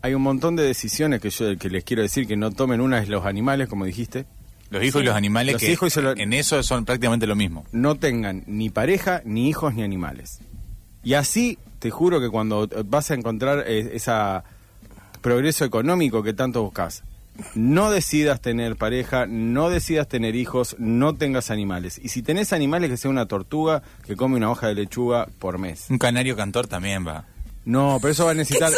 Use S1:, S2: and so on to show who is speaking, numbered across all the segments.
S1: Hay un montón de decisiones que yo que les quiero decir que no tomen. Una es los animales, como dijiste.
S2: Los hijos y los animales,
S1: Los
S2: que
S1: hijos y solo-
S2: en eso son prácticamente lo mismo.
S1: No tengan ni pareja, ni hijos, ni animales. Y así, te juro que cuando eh, vas a encontrar eh, esa progreso económico que tanto buscas, no decidas tener pareja, no decidas tener hijos, no tengas animales. Y si tenés animales, que sea una tortuga que come una hoja de lechuga por mes.
S2: Un canario cantor también va.
S1: No, pero eso va a necesitar.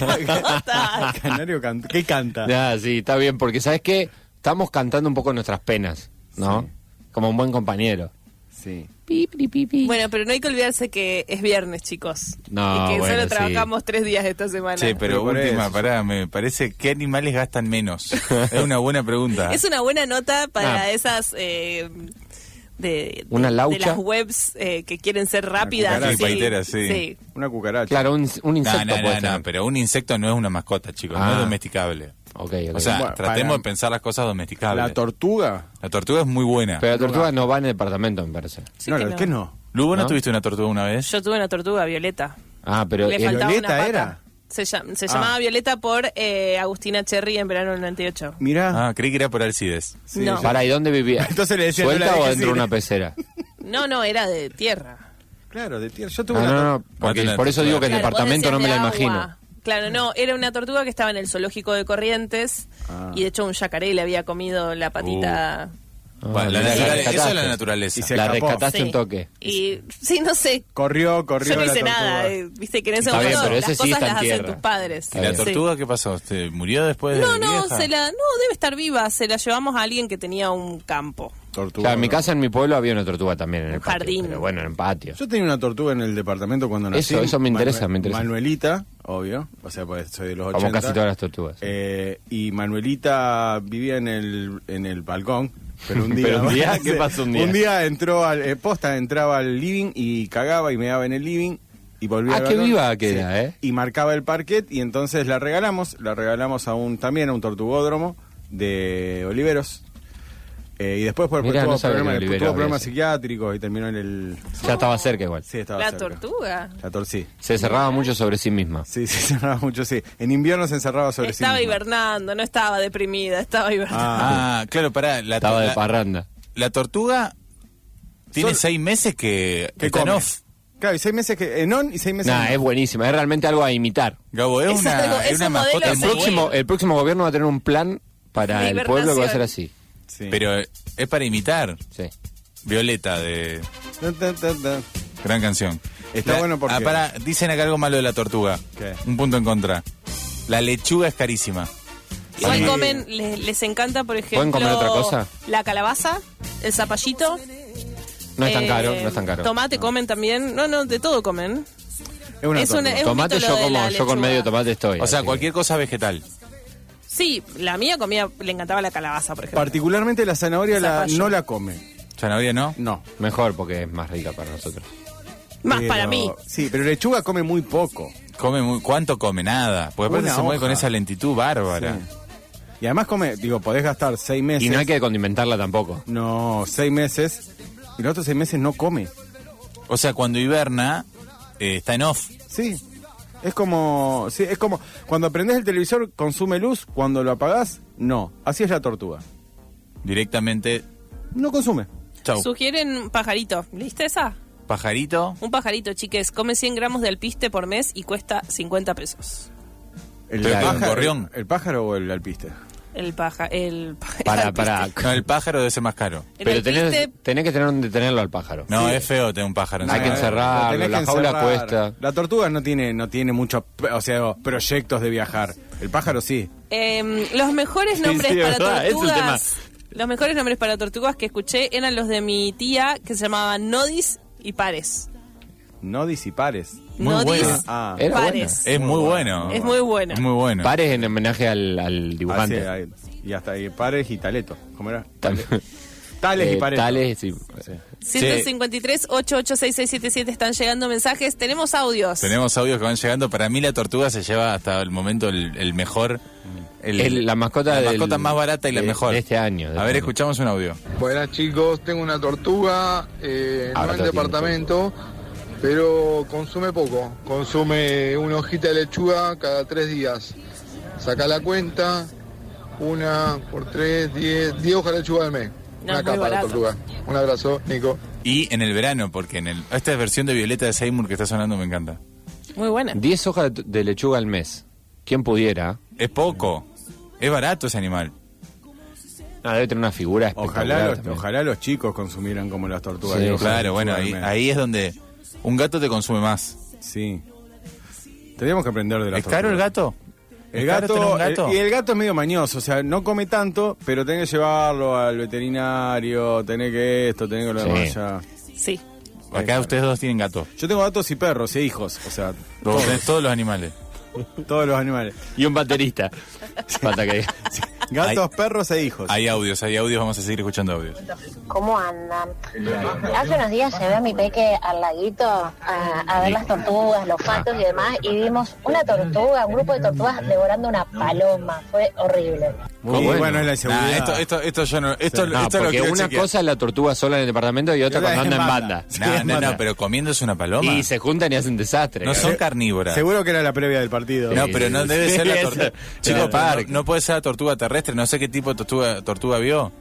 S3: notas?
S1: Canario canta. ¿Qué canta?
S4: Ya, Ah, sí, está bien, porque ¿sabes qué? Estamos cantando un poco nuestras penas, ¿no?
S1: Sí.
S4: Como un buen compañero.
S1: Sí.
S4: Pi, pri, pi, pi.
S3: Bueno, pero no hay que olvidarse que es viernes, chicos.
S4: No,
S3: y que
S4: bueno,
S3: solo
S4: sí.
S3: trabajamos tres días esta semana.
S2: Che,
S1: pero
S2: pero
S1: por
S2: última,
S1: eso.
S2: pará, me parece, ¿qué animales gastan menos? es una buena
S1: Ah.
S2: pregunta.
S3: Es una buena nota para
S4: Ah.
S3: esas eh, de,
S4: Una
S3: de-
S4: laucha.
S3: de las webs eh, que quieren ser rápidas.
S1: cucaracha.
S3: así.
S2: Sí, paitera, sí.
S1: Una cucaracha.
S4: Claro, un, un
S2: No,
S4: insecto
S2: no, no,
S4: puede ser.
S2: no, pero un insecto no es una mascota, chicos, no
S4: Ah.
S2: es domesticable.
S4: Ok, ok.
S2: O sea,
S1: Bueno,
S2: tratemos
S1: para-
S2: de pensar las cosas domesticables.
S1: La tortuga.
S2: La tortuga es muy buena.
S4: pero la tortuga no va en el departamento, me parece.
S3: Sí
S1: no,
S3: que
S1: ¿qué
S3: no.
S1: que no.
S2: Lugo, ¿no,
S4: ¿No?
S2: tuviste una tortuga una vez?
S3: Yo tuve una tortuga, Violeta.
S4: Ah, pero...
S3: Le
S4: el-
S3: faltaba
S1: ¿Violeta
S3: una pata.
S1: era?
S3: Se, llam- se
S1: Ah.
S3: llamaba Violeta por eh, Agustina Cherry en verano del 98.
S1: Mirá.
S2: Ah, creí que era por Alcides.
S1: Sí,
S3: no.
S1: sí.
S4: Pará, ¿y dónde vivía?
S1: Entonces le decía, no
S4: ¿Suelta
S1: la
S4: o
S1: dejes
S4: dentro de
S1: ir.
S4: una pecera?
S3: No, no, era de tierra.
S1: Claro, de tierra. Yo tuve
S4: No,
S1: una
S4: Ah, no, no,
S1: tor-
S4: porque
S2: tiene
S4: por eso
S2: tortuga.
S4: digo que el
S3: Claro, vos
S4: departamento
S3: decías
S4: no me
S3: de
S4: la
S3: agua.
S4: imagino.
S3: Claro, no, era una tortuga que estaba en el zoológico de Corrientes
S1: Ah.
S3: y de hecho un yacaré le había comido la patita.
S4: Ah,
S2: Bueno, la
S4: la
S2: naturaleza- eso es la
S4: rescataste.
S2: naturaleza.
S1: Y se-
S4: La
S1: escapó.
S4: rescataste
S3: Sí.
S4: un toque.
S3: Y sí, no sé,
S1: Corrió, corrió
S3: Yo no
S1: la
S3: hice
S1: tortuga.
S3: nada, eh, viste que en ese
S4: Está bien,
S3: momento
S4: pero
S3: las
S4: ese sí
S3: cosas
S4: está en
S3: las hacen
S4: tierra.
S3: tus padres.
S4: Está
S2: ¿Y
S4: bien.
S2: la
S3: Sí.
S2: tortuga qué pasó? ¿Usted ¿Murió después de
S3: No, no,
S2: vieja?
S3: se la, no, debe estar viva, se la llevamos a alguien que tenía un campo.
S1: Tortuga.
S4: Claro, en mi casa, en mi pueblo, había una tortuga también en el
S3: Un
S4: patio,
S3: jardín.
S4: Pero bueno, en el patio.
S1: Yo tenía una tortuga en el departamento cuando nací.
S4: Eso, eso me interesa, me interesa.
S1: Manuelita, obvio. O sea, pues soy de los 80.
S4: Como casi todas las tortugas.
S1: Eh, y Manuelita vivía en el, en el balcón. Pero un día,
S4: Pero un día, ¿qué pasó un día?
S1: Un día entró al eh, posta, entraba al living y cagaba y meaba en el living y volvía
S4: Ah,
S1: al
S4: qué
S1: balcón.
S4: viva que era, ¿eh?
S1: Y marcaba el parquet y entonces la regalamos, la regalamos a un también a un tortugódromo de Oliveros. Eh, y después por
S4: Mirá,
S1: tuvo
S4: no sabía
S1: problemas,
S4: que
S1: tuvo
S4: Oliveros
S1: problemas
S4: había
S1: psiquiátricos y terminó en el
S4: Ya estaba cerca igual.
S1: sí estaba
S3: La
S1: cerca.
S3: tortuga.
S1: La tor sí.
S4: Se cerraba mucho sobre sí misma.
S1: Sí, se cerraba mucho, sí. En invierno se encerraba sobre
S3: Estaba
S1: sí. misma.
S3: hibernando, no estaba deprimida, estaba hibernando.
S2: Ah, claro, pará. La,
S4: Estaba de
S2: la-
S4: parranda.
S2: la tortuga tiene
S1: Son-
S2: seis meses que,
S1: que
S2: está en
S1: come.
S2: off.
S1: Claro, y seis meses que en on y seis meses
S4: Nah,
S1: en
S4: es buenísima. Es realmente algo a imitar.
S2: Gabo, es,
S3: Es
S2: una,
S3: algo-
S2: es
S3: es
S2: una
S3: un modelo
S2: mascota
S3: de
S4: El
S2: muy
S3: seguridad.
S4: próximo, el próximo gobierno va a tener un plan para
S3: De
S4: el pueblo que va a ser así.
S3: hibernación.
S1: Sí.
S2: Pero es para imitar.
S4: Sí.
S2: Violeta de
S1: Tan, tan, tan, tan.
S2: gran canción.
S1: Está
S2: La-
S1: bueno porque-
S2: Ah, pará, dicen acá algo malo de la tortuga.
S1: ¿Qué?
S2: Un punto en contra. La lechuga es carísima.
S3: Igual
S1: Sí.
S3: comen, les, les encanta, por ejemplo,
S4: comer otra cosa?
S3: la calabaza, el zapallito.
S4: No es tan
S3: eh,
S4: caro, no es tan caro.
S3: Tomate comen también, no, no, de todo comen.
S1: Es una
S3: Es una-
S1: tortuga.
S3: es-
S4: tomate
S3: mito
S4: yo
S3: lo de
S4: como,
S3: la
S4: yo con
S3: lechuga.
S4: medio tomate estoy.
S2: O
S4: así
S2: sea,
S4: que-
S2: cualquier cosa vegetal.
S3: Sí, la mía comía, le encantaba la calabaza, por ejemplo.
S1: Particularmente la zanahoria la-
S3: Zapallo.
S1: no la come.
S2: Zanahoria no.
S1: No.
S4: Mejor porque es más rica para nosotros.
S3: Más
S1: Pero-
S3: para mí.
S1: Sí, pero lechuga come muy poco.
S2: Come muy- ¿Cuánto come? Nada. Porque aparte
S1: Una
S2: se mueve
S1: hoja.
S2: con esa lentitud bárbara.
S1: Y además come, digo, podés gastar seis meses.
S4: Y no hay que condimentarla tampoco.
S1: No, seis meses. Y los otros seis meses no come.
S2: O sea, cuando hiberna, eh, está en off.
S1: Sí. Es como, sí, es como cuando prendés el televisor consume luz, cuando lo apagás, no. Así es la tortuga.
S2: Directamente.
S1: No consume.
S2: Chau.
S3: Sugieren un pajarito. ¿Viste esa?
S2: Pajarito.
S3: Un pajarito, chiques, come 100 gramos de alpiste por mes y cuesta 50 pesos.
S1: El,
S2: Pero
S1: el
S2: con
S1: pájaro-
S2: gorrión.
S1: El, pájaro o el alpiste.
S3: El paja, el pa- el
S4: Para,
S3: alpiste.
S4: para.
S2: No, Ah, el pájaro debe ser más caro.
S3: El
S4: Pero tenés,
S3: alpiste,
S4: tenés que tener donde tenerlo al pájaro.
S2: No, es feo tener un pájaro. en
S4: Hay
S2: su
S4: que
S2: casa.
S4: encerrar. encerrarlo,
S1: Eh, Lo tenés
S4: la jaula cuesta.
S1: La tortuga no tiene, no tiene muchos, p- o sea, proyectos de viajar. El pájaro sí.
S3: em, los mejores
S4: Sí,
S3: nombres
S4: sí, es
S3: para
S4: verdad, es el
S3: tortugas. Los mejores nombres para tortugas que escuché eran los de mi tía que se llamaban Nodis y Pares.
S1: No disipares.
S2: Muy
S3: Nodis
S2: buena.
S1: Ah.
S4: Era
S3: Pares.
S2: Es muy bueno.
S3: Es muy bueno.
S2: Es muy bueno.
S4: Pares en homenaje al, al
S1: Así,
S2: Ah,
S4: dibujante.
S1: ahí. y hasta ahí, pares y taleto. ¿Cómo era?
S4: También.
S1: Tales
S4: Eh,
S1: y pares.
S4: Tales y-
S3: 153 886677 están llegando mensajes. Tenemos audios.
S2: Tenemos audios que van llegando. Para mí la tortuga se lleva hasta el momento el, el mejor. el-
S4: El- la mascota
S2: la
S4: del-
S2: mascota más barata y la
S4: de-
S2: mejor.
S4: de este año, de
S2: A ver,
S4: este
S2: escuchamos un audio.
S5: Pues Buenas chicos, tengo una tortuga eh, no
S4: Ahora
S5: en
S4: te
S5: el
S4: atiendo,
S5: departamento, pero consume poco. Consume una hojita de lechuga cada tres días. Saca la cuenta, una por tres, diez, diez hojas de lechuga al mes.
S3: No,
S5: una
S3: es muy
S5: capa de
S3: barato.
S5: tortuga. Un abrazo, Nico.
S2: Y en el verano, porque en el. Esta versión de Violeta de Seymour que está sonando me encanta.
S3: Muy buena.
S4: 10 hojas de- de lechuga al mes. ¿Quién pudiera?
S2: Es poco. Es barato ese animal.
S4: Ah, debe tener una figura espectacular.
S1: Ojalá los,
S4: también.
S1: ojalá los chicos consumieran como las tortugas.
S4: Sí,
S1: de hojas de
S2: Claro, bueno, ahí,
S1: lechuga al mes.
S2: ahí es donde un gato te consume más.
S1: Sí. Tendríamos que aprender de las
S2: ¿Es caro el
S1: tortugas.
S2: gato?
S1: El
S2: ¿Es caro tener
S1: gato,
S2: un gato?
S1: el- y el gato es medio mañoso, o sea, no come tanto, pero tenés que llevarlo al veterinario, tenés que esto, tenés que lo
S4: Sí.
S1: demás ya.
S3: Sí.
S2: Acá ustedes dos tienen gato.
S1: Yo tengo gatos y perros y hijos, o sea,
S2: Todos, todos los animales.
S1: todos los animales.
S4: Y un baterista. Falta que-
S1: Gatos, perros e hijos.
S2: Hay audios, hay audios, vamos a seguir escuchando audios.
S6: ¿Cómo andan? Hace unos días llevé a mi peque al laguito a, a ver las tortugas, los patos y demás, y vimos una tortuga, un grupo de tortugas devorando una paloma. Fue horrible.
S1: Muy
S4: Y
S1: bueno.
S4: bueno,
S1: es la
S2: Nah,
S1: inseguridad.
S2: esto, esto, esto yo no. Esto,
S4: No,
S2: esto lo
S4: porque
S2: quiero
S4: una
S2: chequear.
S4: cosa es la tortuga sola en el departamento y otra
S1: Yo la
S4: cuando
S1: dejé
S4: anda en
S1: en
S4: banda.
S1: banda.
S2: No, no,
S1: manda.
S2: no, pero comiéndose una paloma.
S4: Y se juntan y hacen desastre.
S2: No
S4: cabrón.
S2: son carnívoras.
S1: Seguro que era la previa del partido.
S2: No,
S4: Sí.
S2: pero no debe ser la
S4: Eso.
S2: tortuga. Chico,
S4: Claro.
S2: Park, no, puede ser la tortuga terrestre. No sé qué tipo de tortuga, tortuga vio.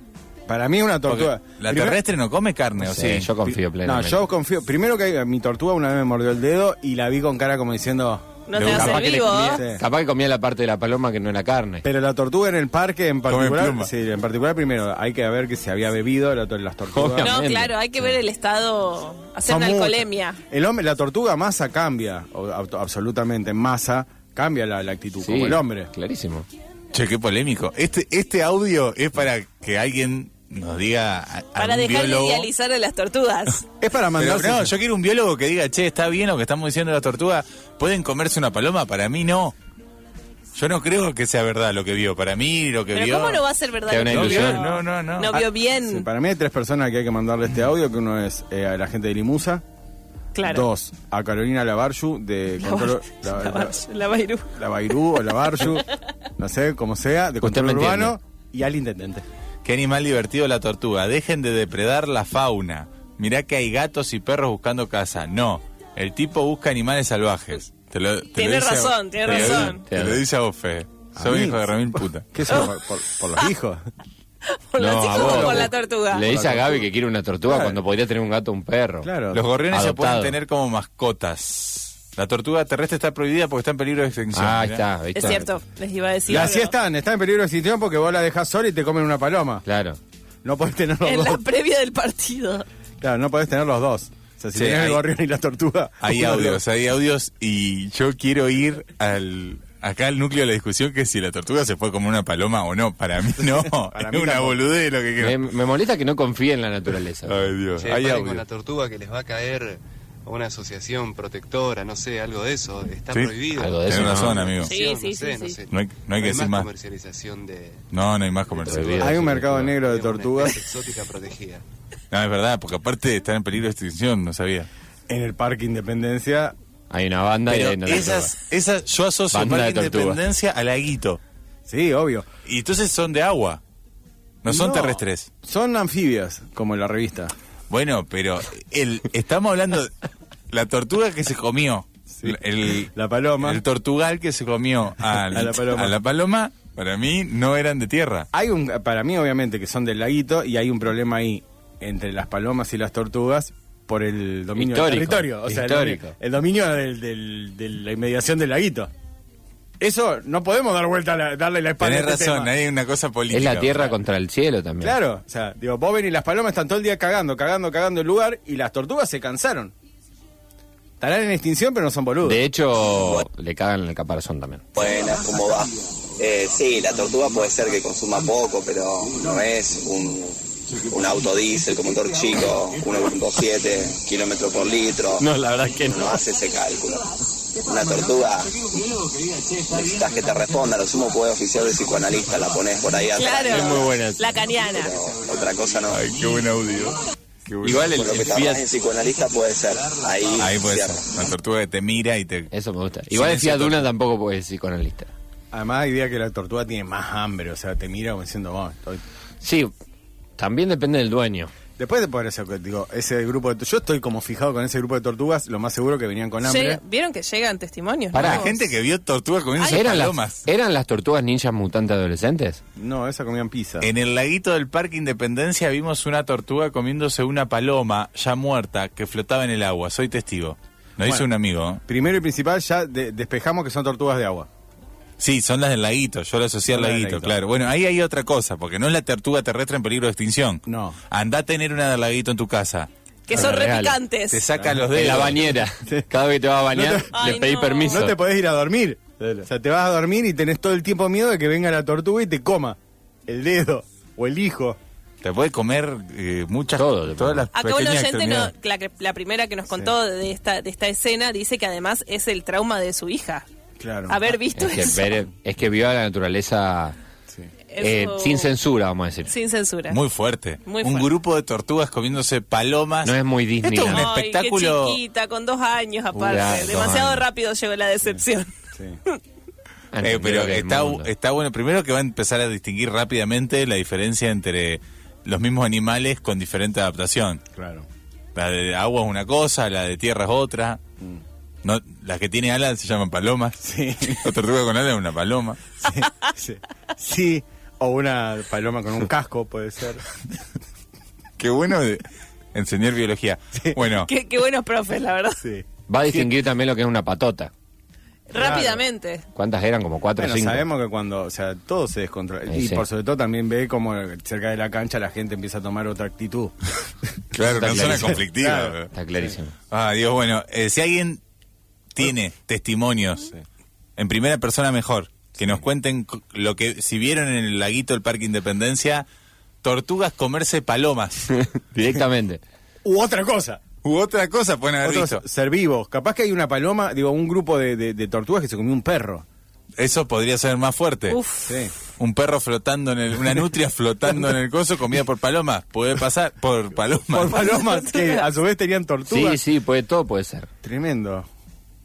S1: Para mí una
S2: Porque
S1: tortuga.
S2: la
S1: Primero-
S2: terrestre no come carne, ¿o
S4: Sí,
S2: sí?
S4: yo confío plenamente.
S1: No, yo confío. Primero que mi tortuga una vez me mordió el dedo y la vi con cara como diciendo.
S3: No
S2: Le
S3: te
S2: gusta.
S3: hace
S2: Capaz
S4: que le
S3: vivo. ¿eh?
S4: comía-
S1: Sí.
S4: Capaz que comía la parte de la paloma que no era
S1: eh,
S4: carne.
S1: este". Pero la tortuga en el parque en
S2: Come pluma.
S1: particular. Sí, en particular primero hay que ver que se había bebido la to- las tortugas.
S3: No,
S4: Obviamente.
S3: claro, hay que ver el estado, hacer
S1: Son
S3: una
S1: muchas.
S3: alcoholemia.
S1: El hombre, la tortuga masa cambia, o- ab- absolutamente en masa, cambia la, la actitud,
S4: Sí,
S1: como el hombre.
S4: Clarísimo.
S2: Che, qué polémico. Este, este audio es para que alguien nos diga. a-
S3: Para
S2: algún
S3: dejar
S2: biólogo.
S3: de idealizar a las tortugas.
S1: Es para
S2: Pero
S1: mandarse.
S2: no, yo quiero un biólogo que diga, che, está bien lo que estamos diciendo de la tortuga, ¿pueden comerse una paloma? Para mí no. Yo no creo que sea verdad lo que vio. Para mí lo que
S3: Pero
S2: vio...
S3: ¿cómo no va a ser verdad?
S4: Te da una
S3: No vio-
S4: ilusión.
S2: No, no, no.
S3: No
S1: Ah,
S3: vio bien.
S1: Sí, para mí hay tres personas que hay que mandarle este audio, que uno es eh, a la gente de Limusa,
S3: Claro.
S1: dos, a Carolina Labarju de
S3: La,
S1: Control-
S3: la,
S1: la- la-
S3: la Bairú.
S1: Lavairú o Labarju, no sé, como sea, de
S4: Usted
S1: Control
S4: me entiende.
S1: Urbano y al intendente.
S2: Qué animal divertido la tortuga. Dejen de depredar la fauna. Mirá que hay gatos y perros buscando casa. No, el tipo busca animales salvajes. Te lo- te lo
S3: Tienes
S2: dice a-
S3: razón, tienes
S2: te lo-
S3: razón.
S2: Te lo dice a vos, Fede.
S1: ¿A
S2: Soy
S1: mí?
S2: hijo de Ramil puta.
S1: ¿Qué son? Por, por- por los hijos.
S3: Por los
S4: No, a
S3: hijos
S4: vos.
S3: o por la tortuga.
S4: Le dice a Gaby que quiere una tortuga
S1: Claro.
S4: cuando podría tener un gato o un perro.
S1: Claro.
S2: Los gorriones se
S4: Adoptado.
S2: pueden tener como mascotas. La tortuga terrestre está prohibida porque está en peligro de extinción.
S4: Ah, ahí
S2: mirá.
S4: está, ahí
S3: Es
S4: está.
S3: cierto, les iba a decir.
S1: La
S3: algo.
S1: así están, están en peligro de extinción porque vos la dejás sola y te comen una paloma.
S4: Claro.
S1: No podés tener los
S3: En
S1: dos.
S3: la previa del partido.
S1: Claro, no podés tener los dos. O sea, si
S2: Sí,
S1: tenés
S2: hay-
S1: el gorrión y la tortuga.
S2: Hay
S1: uno de los-
S2: audios, hay audios y yo quiero ir al acá al núcleo de la discusión que si la tortuga se fue como una paloma o no. Para mí no,
S1: mí
S2: es una
S1: tampoco.
S2: boludez lo que
S4: Me,
S2: quiero.
S4: me molesta que no confíe en la naturaleza.
S2: Ay, Dios.
S7: Che,
S2: hay
S7: paren
S2: audio.
S7: con la tortuga que les va a caer a una asociación protectora, no sé, algo de eso. Está
S2: Sí.
S7: prohibido.
S4: Algo de
S2: Tenés
S4: Eso no.
S2: razón, amigo.
S3: Sí.
S7: No
S3: sí,
S7: sé,
S3: sí,
S7: no
S3: sí.
S7: sé.
S2: No hay- no hay que decir más.
S7: comercialización de...
S2: No, no hay más comercial.
S4: Prohibido.
S1: Hay un mercado
S4: Sí,
S1: negro de
S7: de una
S1: tortugas
S7: especie exótica protegida.
S2: No, es verdad, porque aparte están en peligro de extinción, no sabía.
S1: en el Parque Independencia.
S4: Hay una banda y hay una tortuga.
S2: esas, esas, yo asocio
S4: Banda de
S2: Parque
S4: tortuga.
S2: Independencia al laguito.
S1: Sí, obvio.
S2: Y entonces son de agua, no son terrestres.
S1: Son anfibias, como en la revista.
S2: Bueno, pero el, estamos hablando de la tortuga que se comió. El,
S1: La paloma.
S2: El tortugal que se comió al-
S1: A la paloma.
S2: a la paloma, para mí, no eran de tierra.
S1: Hay un, para mí, obviamente, que son del laguito y hay un problema ahí entre las palomas y las tortugas por el dominio del
S4: Histórico.
S1: territorio. O sea, el
S4: Histórico.
S1: domi- el dominio, del- del- de la inmediación del laguito. Eso no podemos dar vuelta, a la- darle la espalda. a
S2: Tenés
S1: este
S2: razón,
S1: tema.
S2: hay una cosa política.
S4: Es la tierra contra el cielo también.
S1: Claro, o sea, digo, vos venís, las palomas están todo el día cagando, cagando, cagando el lugar y las tortugas se cansaron. Estarán en extinción, pero no son boludos.
S4: De hecho, le cagan en el caparazón también.
S8: Buenas, ¿cómo va? Eh, sí, la tortuga puede ser que consuma poco, pero no es un, un auto diésel como un motor chico, 1.7 kilómetros por litro.
S4: No, la verdad es que
S8: No hace ese cálculo. Una tortuga, necesitas que te responda, lo sumo puede oficiar de psicoanalista, la pones por ahí atrás.
S3: Claro.
S4: Es muy buena.
S3: La caniana.
S8: pero Otra cosa no.
S2: Ay, qué buen audio. Qué buen-
S4: Igual el,
S8: Por lo que
S4: el
S8: tardás
S4: Fiat.
S8: en psicoanalista puede ser. Ahí,
S2: Ahí puede
S8: cierra.
S2: ser. La tortuga que te mira y te.
S4: Eso me gusta. Igual el
S2: Silencio
S4: Fiat Duna tampoco puede ser psicoanalista.
S1: Además, hay idea que la tortuga tiene más hambre, o sea, te mira como diciendo, "Oh, estoy-".
S4: Sí, también depende del dueño.
S1: Después de poder eso, digo, ese grupo de. Yo estoy como fijado con ese grupo de tortugas, lo más seguro que venían con hambre.
S3: Llega- ¿Vieron que llegan testimonios?
S4: Pará,
S2: Para
S3: nuevos?
S2: gente que vio tortugas comiendo
S4: ¿Eran
S2: palomas.
S4: las, ¿Eran las tortugas ninjas mutantes adolescentes?
S1: No, esa comían pizza.
S2: En el laguito del Parque Independencia vimos una tortuga comiéndose una paloma ya muerta que flotaba en el agua. Soy testigo. Lo hizo
S1: Bueno.
S2: un amigo. ¿eh?
S1: Primero y principal, ya de- despejamos que son tortugas de agua.
S2: Sí, son las del laguito. Yo lo asocié al
S1: Son las del
S2: laguito,
S1: laguito.
S2: claro. Bueno, ahí hay otra cosa, porque no es la tortuga terrestre en peligro de extinción.
S1: No.
S2: Andá a tener una del laguito en tu casa.
S3: Que son
S4: Real.
S2: Te
S3: repicantes.
S2: sacan los
S4: De
S2: dedos.
S4: la bañera. Cada vez que te vas a bañar,
S3: Ay,
S4: le pedí
S3: no.
S4: permiso.
S1: No te podés ir a dormir. O sea, te vas a dormir y tenés todo el tiempo miedo de que venga la tortuga y te coma el dedo o el hijo.
S2: Te puede comer eh, muchas
S4: Todo, te
S2: todas
S4: puede.
S2: las
S3: Acá Ah, un
S2: pequeñas
S3: oyente, no-
S2: extremidades.
S3: la, que- la primera que nos contó de, esta, de esta escena, dice que además es el trauma de su hija.
S1: Claro.
S3: Haber visto
S4: es, que
S3: eso.
S4: ver- es que vio a la naturaleza
S1: Sí.
S4: eh,
S3: Eso-
S4: sin censura, vamos a decir.
S3: Sin censura.
S2: Muy fuerte.
S3: Muy
S2: Un
S3: fuerte.
S2: grupo de tortugas comiéndose palomas.
S4: No es muy Disney.
S2: Esto es un
S4: ¿no?
S3: Ay, qué
S2: espectáculo. eh,
S3: chiquita, con dos años aparte.
S4: Uy, ah, dos
S3: Demasiado
S2: años.
S3: rápido llegó la decepción.
S1: sí.
S4: Ah, no,
S2: Eh, pero
S4: creo que el
S2: está,
S4: mundo.
S2: está bueno. Primero que va a empezar a distinguir rápidamente la diferencia entre los mismos animales con diferente adaptación.
S1: Claro.
S2: La de agua es una cosa, la de tierra es otra.
S4: Mm.
S2: No, las que tiene alas se llaman palomas.
S1: Sí.
S2: La tortuga con alas es una paloma.
S1: Sí. sí. Sí. O una paloma con un casco, puede ser.
S2: Qué bueno de enseñar biología. Bueno,
S3: Qué, qué buenos profes, la verdad.
S1: Sí.
S4: Va a distinguir también lo que es una patota.
S3: Rápidamente.
S4: ¿Cuántas eran? Como cuatro o
S1: Bueno,
S4: cinco.
S1: sabemos que cuando, o sea, todo se descontrola.
S4: Eh,
S1: Y
S4: sí.
S1: por sobre todo también ve como cerca de la cancha la gente empieza a tomar otra actitud.
S2: claro,
S4: Está
S2: no suena
S4: clarísimo.
S2: conflictiva.
S1: Claro.
S2: pero-
S4: Está clarísimo.
S2: Ah, Dios, bueno, eh, si alguien tiene testimonios en primera persona mejor, que nos cuenten c- lo que si vieron en el laguito del Parque Independencia, tortugas comerse palomas
S4: Directamente.
S1: U otra cosa.
S2: u otra cosa pueden
S4: Ah,
S2: haber
S1: Otros
S2: visto.
S1: ser vivos. Capaz que hay una paloma, digo, un grupo de, de- de tortugas que se comió un perro.
S2: Eso podría ser más fuerte.
S3: Uf.
S1: Sí.
S2: Un perro flotando en el, una nutria flotando en el coso comida por palomas, puede pasar por palomas.
S1: Por palomas que a su vez tenían
S4: Sí,
S1: tortugas.
S4: sí, puede, todo puede ser.
S1: Tremendo.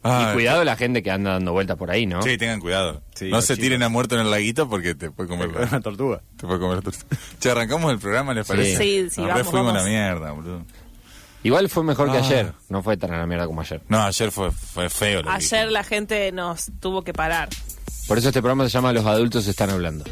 S2: Ah,
S4: Y cuidado la gente que anda dando vueltas por ahí, ¿no?
S2: Sí, tengan cuidado.
S1: Sí,
S2: no
S1: los
S2: se tiren a muerto en el laguito porque te puede comer.
S1: Una tortuga.
S2: Te puede comer otro- Che, arrancamos el programa, ¿les parece?
S3: Sí, sí,
S2: Nos
S3: vamos,
S2: refuimos
S3: vamos.
S2: a la mierda, boludo.
S4: Igual fue mejor que
S2: Ah.
S4: ayer. No fue tan a la mierda como ayer.
S2: No, ayer fue, fue feo. Lo que
S3: Ayer la gente nos tuvo que parar.
S4: Por eso este programa se llama Los adultos están hablando.